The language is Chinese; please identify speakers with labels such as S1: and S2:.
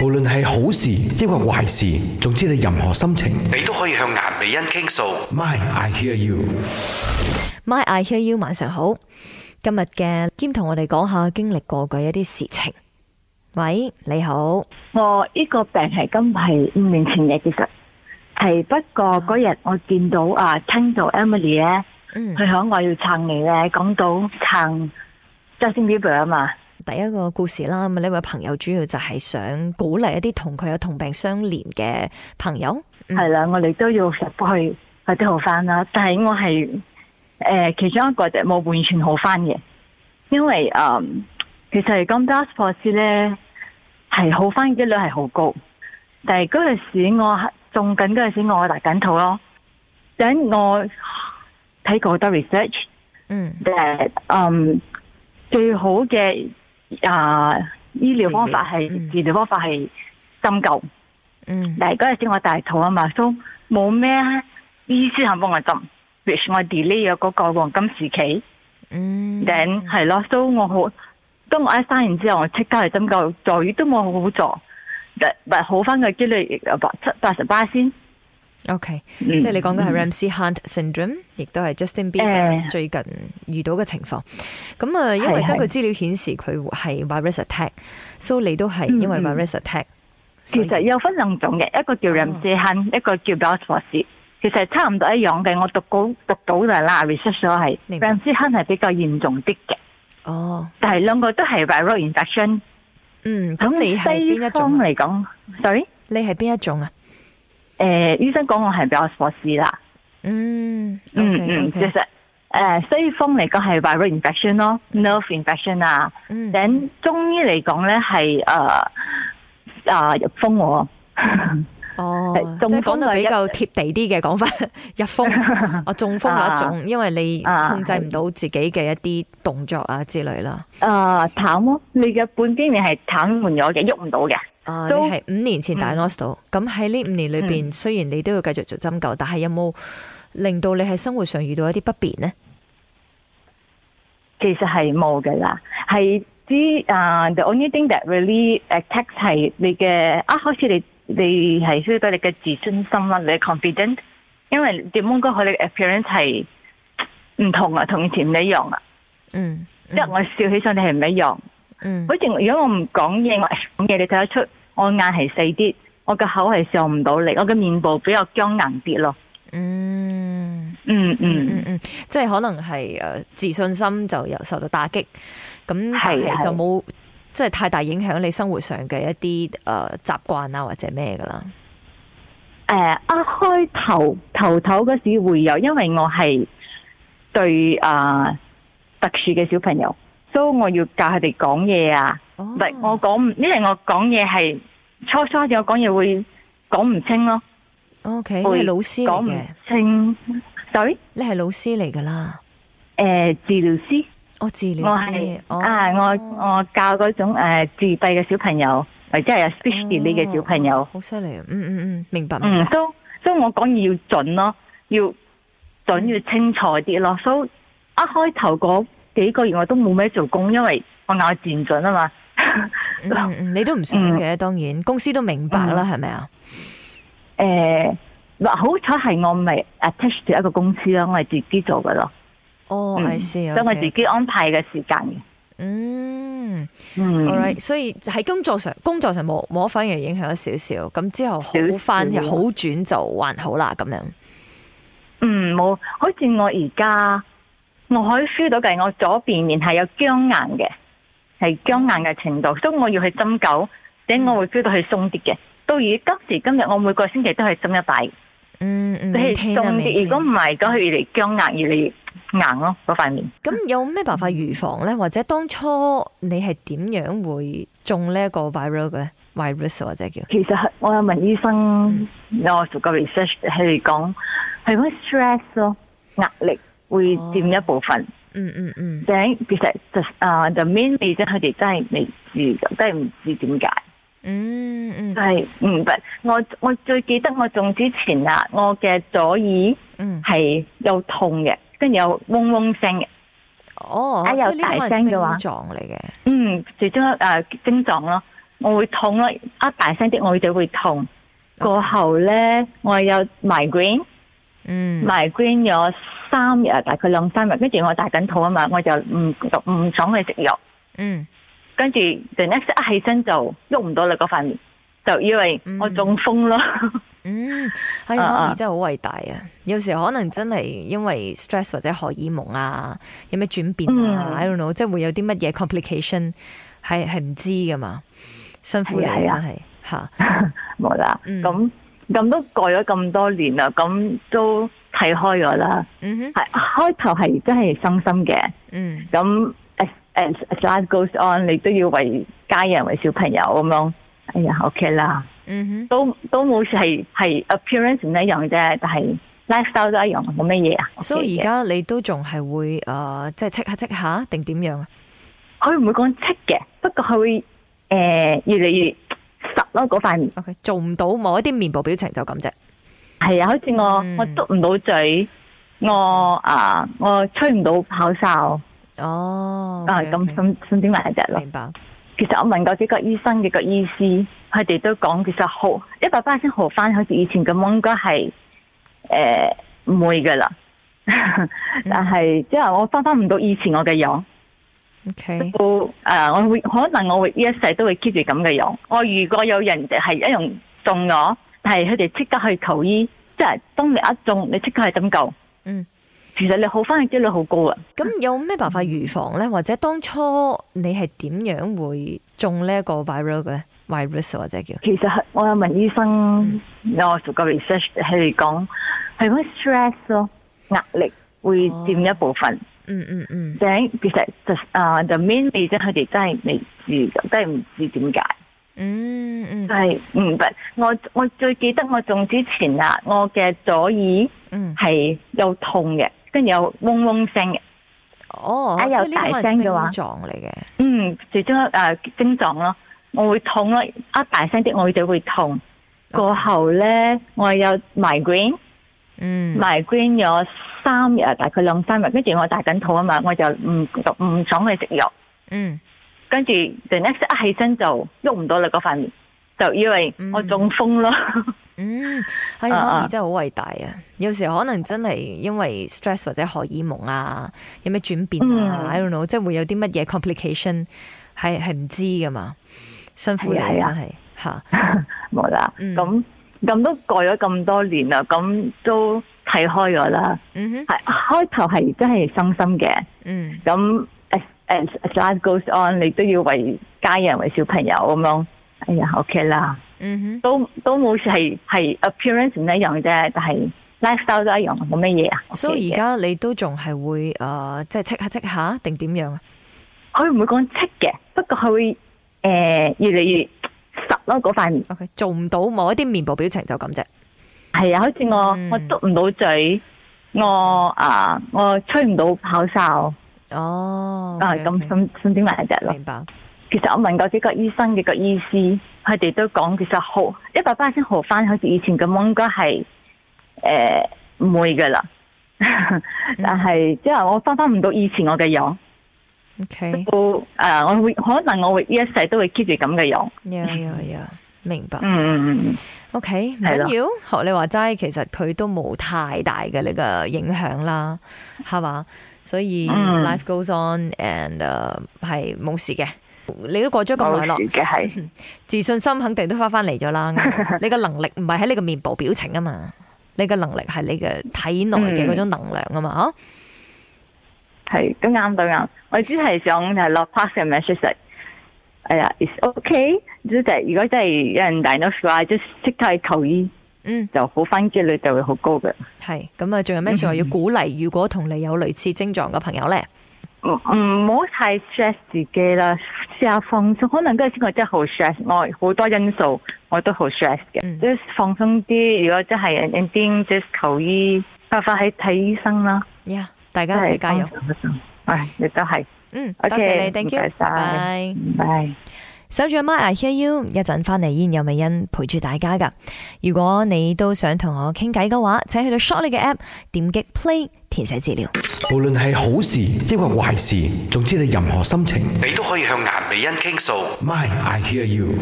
S1: 無論係好事抑或壞事，總之你任何心情
S2: 你都可以向顏美欣傾訴。
S1: ，My I hear you。
S3: My I Hear You，晚上好。今日嘅兼同我哋講下經歷過嘅一啲事情。喂，你好，
S4: 我哦呢個病係今係五年前嘅，其實係不過嗰日我見到啊，聽到 Emily 咧，
S3: 嗯，
S4: 佢響我要撐你咧，講到撐 Justin Bieber 啊嘛，
S3: 第一個故事啦，咁呢位朋友主要就係想鼓勵一啲同佢有同病相連嘅朋友，嗯
S4: 係啦，我哋都要入去或者好翻啦，但係我係诶、呃其中一個就冇完全好翻嘅，因為诶、嗯其實嚟講 d a s p o r t 咧係好翻嘅幾率係好高，但係嗰陣時我中緊嗰陣時我大緊肚咯，等我睇過好多 research。
S3: 嗯
S4: 誒嗯最好嘅啊醫療方法係
S3: 治療嗯
S4: 治療方法係針灸，
S3: 嗯
S4: 但係嗰陣時我大肚啊嘛，都冇咩醫師肯幫我針，which 我 delay 咗嗰個黃金時期，
S3: 嗯，
S4: 頂係咯，所以我好當我一生完之後，我即刻去針灸，做都冇好做，但但好翻嘅機率有八七八十八先，嗯
S3: OK，
S4: 即
S3: 即係你講嘅係 Ramsey Hunt syndrome，亦都係 Justin
S4: 呃
S3: Bieber 最近遇到嘅情況。咁啊，因為
S4: 係
S3: 根據資料顯示佢係 virus attack，所以你都係因為
S4: 嗯嗯
S3: virus attack 所
S4: 其
S3: 以。
S4: 實有分兩種嘅，一個
S3: 哦
S4: 叫 r a m s e y h u n 一個叫 b e l s f o r d 其實差唔多一樣嘅。我讀稿讀到就係啦，research 咗係
S3: 明
S4: r
S3: 白
S4: a m s e y h u n 係比較嚴重啲嘅，
S3: 哦，
S4: 但係兩個都係 viral infection。
S3: 嗯，咁你係邊
S4: 西
S3: 一種
S4: 方
S3: 啊？
S4: 嚟講，sorry，
S3: 你係邊一種啊？
S4: 誒、醫生講我係 b e l s f o r d 啦。
S3: 嗯，
S4: 嗯
S3: OK，
S4: 嗯，其
S3: OK，
S4: 實誒、西方嚟講係 viral infection 咯，nerve infection 啊。
S3: 嗯
S4: 等中醫嚟講咧係誒誒入風喎。
S3: 哦，即
S4: 係中
S3: 係
S4: 風啊
S3: 講到比
S4: 嘅一
S3: 較貼地啲嘅講法， 入風，我中風有一種，因為你
S4: 啊
S3: 控制唔到自己嘅一啲動作啊之類啦。
S4: 誒啊淡咯，你嘅半邊面係癱瘓咗嘅，喐唔到嘅。
S3: 啊，你
S4: 都嗯
S3: 係五年前大 loss 到，咁喺呢五年裏邊，雖然你都要繼續做針灸，但係有冇令到你喺生活上遇到一啲不便呢？
S4: 其實係冇嘅啦，係啲啊，the only thing that really attacks 係你嘅啊，好似你你係需要對你嘅自信心啦，你嘅 confident，因為點樣講佢你嘅 appearance 係唔同啊，同以前唔一樣啊，
S3: 嗯，
S4: 即係我笑起上嚟係唔一樣。
S3: 嗯
S4: 好似如果我唔講嘢，我講嘢你睇得出我眼係細啲，我嘅口係上唔到嚟，我嘅面部比較僵硬啲咯。
S3: 嗯
S4: 嗯嗯
S3: 嗯嗯，即係可能係誒自信心就有受到打擊，咁但係
S4: 係
S3: 就冇即係太大影響你生活上嘅一啲誒習慣啊或者咩噶啦。
S4: 誒、呃一開頭頭頭嗰時會有，因為我係對啊、特殊嘅小朋友，所以我要教佢哋講嘢啊。
S3: 哦
S4: 唔係、我講唔，因為我講嘢係初初我講嘢會講唔清咯，
S3: O K，你
S4: 會
S3: 係老師
S4: 講
S3: 嚟
S4: 唔
S3: 嘅，
S4: 清。sorry，
S3: 你係老師嚟噶啦，
S4: 誒、治療師，
S3: 我治療
S4: 我
S3: 師
S4: 係、，
S3: 哦
S4: 啊，我我教嗰種、誒自閉嘅小朋友，或者係有 speech delay 嘅小朋友
S3: 哦。好犀利啊，嗯嗯嗯，明白明
S4: 嗯，
S3: 白，
S4: 都所以我講嘢要準咯，要準
S3: 嗯
S4: 要清楚啲咯。所以一開頭嗰幾個月我都冇咩做工，因為我咬字唔準啊嘛。
S3: 嗯嗯嗯，你都唔想嘅，當然公司都明白啦，
S4: 嗯
S3: 係咪啊？嗯
S4: 誒、嗱好彩係我唔係 attach 住一個公司啦，我係自己做嘅咯，
S3: 哦
S4: 嗯
S3: ，I see，
S4: 所以我自
S3: OK，
S4: 己安排嘅時間嘅。
S3: 嗯
S4: 嗯
S3: ，all right，所以喺工作上工作上冇冇反而影響咗少少，咁之後
S4: 少
S3: 好
S4: 少
S3: 翻又好轉就還好啦，咁樣，
S4: 嗯，冇，好似我而家我可以 feel 到嘅，我左邊面係有僵硬嘅，係僵硬嘅程度，所以我要去針灸，等我會 feel 到佢鬆啲嘅。到而今時今日，我每個星期都係針一擺，
S3: 嗯嗯，
S4: 即係
S3: maintain 啊
S4: 鬆啲。如果唔
S3: maintain
S4: 係，咁佢越嚟僵硬，越嚟越硬咯，嗰塊面。
S3: 咁有咩辦法
S4: 嗯
S3: 預防呢？或者當初你係點樣會中呢一個 viral 嘅呢 virus 或者叫？
S4: 其實係我有問醫生，我做個 research，佢哋講係嗰 stress 咯，壓力會佔一部分。
S3: 嗯嗯嗯
S4: 頂其實就啊就 main 理啫，佢哋真係未知，真係唔知點解。
S3: 嗯嗯
S4: 就係唔係我我最記得我中之前啊，我嘅左耳
S3: 嗯，
S4: 係有痛嘅，跟住有嗡嗡聲嘅。
S3: 哦，
S4: 啊
S3: 即係呢
S4: 有
S3: 啲
S4: 大
S3: 係
S4: 聲
S3: 症
S4: 嘅話
S3: 狀嚟嘅。
S4: 嗯，其中一誒、呃症狀咯。我會痛咯，一大聲啲我就會痛。過後咧，我有 migraine。
S3: 嗯，
S4: migraine 咗三日，大概兩三日，跟住我大緊肚啊嘛，我就唔唔想去食藥，
S3: 嗯，
S4: 跟住 the next 一起身就喐唔到啦嗰塊面，就以為我中風咯。
S3: 嗯，係
S4: 啊
S3: 媽
S4: 啊
S3: 咪真係好偉大啊！有時可能真係因為 stress 或者荷爾蒙啊，有咩轉變啊、
S4: 嗯
S3: i don't know，即係會有啲乜嘢 complication 係係唔知噶嘛，辛苦你啊
S4: 係啊係啊
S3: 真係吓，
S4: 冇啦，
S3: 嗯
S4: 咁咁都過咗咁多年啦，咁都睇開咗啦。
S3: 嗯哼，
S4: 係開頭係真係傷心嘅，
S3: 嗯
S4: 咁 as as as life goes on，你都要為家人為小朋友咁樣。哎呀，OK 啦，
S3: 嗯
S4: 都都冇事係係 appearance 唔一樣啫，但係 lifestyle 都一樣，冇乜嘢啊。
S3: 哼，所以而家你都仲係會诶、呃即係戚下戚下定點樣啊？
S4: 佢唔會講戚嘅，不過佢會誒、呃越嚟越實咯嗰塊面。
S3: OK，做唔到某一啲面部表情就咁啫。
S4: 係啊，好似我、
S3: 嗯
S4: 我捉唔到嘴，我啊我吹唔到口哨
S3: 哦，
S4: 啊
S3: OK，OK，
S4: 咁咁咁點埋只咯。
S3: 明白。
S4: 其實我問過幾個醫生幾個醫師，佢哋都講其實好一百巴先好翻，好似以前咁樣應該係誒唔會噶啦。 但係即係我翻翻唔到以前我嘅樣。
S3: OK，
S4: 都誒、呃我會可能我會呢一世都會 keep 住咁嘅樣。我如果有人係一樣中我，但係佢哋即刻去求醫，即係當你一中，你即刻去針灸。
S3: 嗯，
S4: 其實你好翻嘅幾率好高啊！
S3: 咁有咩辦法預防呢？或者當初你係點樣會中呢一個 viral 嘅 virus 啊或者叫
S4: 其實我有問醫生，我做過 research，佢哋講係因為 stress 咯，壓力會佔一部分。
S3: 嗯嗯嗯
S4: 但其實就啊，the main reason 佢哋真係未知㗎，真係唔知點解。
S3: 嗯嗯
S4: 係唔得，我我最記得我中之前啊，我嘅左耳。
S3: 嗯，
S4: 係有痛嘅，跟住有嗡嗡聲嘅，
S3: 哦，
S4: 啊
S3: 即
S4: 有
S3: 係呢啲可
S4: 大
S3: 能
S4: 聲嘅話
S3: 症狀嚟嘅。
S4: 嗯，其中诶、呃症狀咯，我會痛咯，一大聲啲我就會痛。過後咧，我有 migraine，migraine
S3: 嗯
S4: 咗三日，大概兩三日，跟住我大緊肚啊嘛，我就唔唔想去食藥，
S3: 嗯
S4: 跟住 the next 一起身就喐唔到啦嗰塊面，就以為我中風咯。
S3: 嗯，係
S4: 啊
S3: 媽咪
S4: 啊
S3: 真係好偉大啊！有時可能真係因為 stress 或者荷爾蒙啊，有咩轉變啊、
S4: 嗯
S3: i don't know，即係會有啲乜嘢 complication 係係唔知噶嘛，辛苦你啊
S4: 係
S3: 真
S4: 啊
S3: 係吓。
S4: 冇啦，
S3: 嗯
S4: 咁咁都過咗咁多年啦，咁都睇開咗啦。
S3: 嗯哼，
S4: 係開頭係真係傷心嘅。
S3: 嗯
S4: 咁 as as as life goes on，你都要為家人為小朋友咁樣。哎呀，OK 啦，
S3: 嗯哼。
S4: 都都冇事係係 appearance 唔一樣啫，但係 lifestyle 都一樣，冇乜嘢啊。
S3: 所以而
S4: OK
S3: 家你都仲係會诶、呃即係戚下戚下定點樣啊？
S4: 嘅佢唔會講戚嘅，不過佢會誒、呃越嚟越實咯嗰塊面。
S3: OK，做唔到某一啲面部表情就咁啫。
S4: 係啊，好似我、
S3: 嗯
S4: 我捉唔到嘴，我啊我吹唔到口哨
S3: 哦，
S4: 啊
S3: OK，
S4: 咁
S3: OK，
S4: 咁咁啊點埋只咯。
S3: 明白。
S4: 其實我問過幾個醫生、幾個醫師，佢哋都講其實好一百巴先好翻，好似以前咁樣應該係誒唔會噶啦。嗯但係即係我翻翻唔到以前我嘅樣，
S3: OK，
S4: 都誒、呃我會可能我會呢一世都會 keep 住咁嘅樣。
S3: 呀呀呀，明白。
S4: 嗯嗯嗯
S3: OK，唔
S4: 係啦
S3: 緊要。學你話齋，其實佢都冇太大嘅呢個影響啦，係嘛？所以
S4: 嗯
S3: life goes on and 誒係冇事嘅。你都過咗
S4: 嗯，
S3: 咁耐咯
S4: 冇，事嘅係
S3: 自信心肯定都翻翻嚟咗啦。啱你嘅能力唔係喺你嘅面部表情啊嘛，你嘅能力係你嘅體內嘅嗰種能量啊嘛，嗬、
S4: 係都啱都啱。我只係想係落 pass 嘅 message。哎呀，it's okay，即係如果真係有人 diagnose 嘅話，即係即刻去求醫
S3: 嗯，
S4: 就好翻機率就會好高嘅。
S3: 係咁啊，仲有咩說話要鼓勵？如果同你有類似症狀嘅朋友呢？
S4: 唔唔好太 stress 自己啦，試下放鬆。可能嗰陣時我真係好 stress，我好多因素我都好 stress 嘅，
S3: 嗯
S4: 即係放鬆啲。如果真係 ending 即係求醫，快快去睇醫生啦。
S3: 呀，大家一齊加油！！
S4: 唉，你都係，
S3: 嗯，多
S4: OK，
S3: 謝你，thank you，
S4: 唔該晒
S3: 拜拜。
S4: 拜。
S3: 守住 My I Hear You，一陣翻嚟依然有美欣陪住大家噶。如果你都想同我傾偈嘅話，請去到 Shortly 嘅 App 點擊 Play 填寫資料。
S1: 無論係好事抑或壞事，總之你任何心情
S2: 你都可以向顏美欣傾訴。
S1: ，My I Hear You。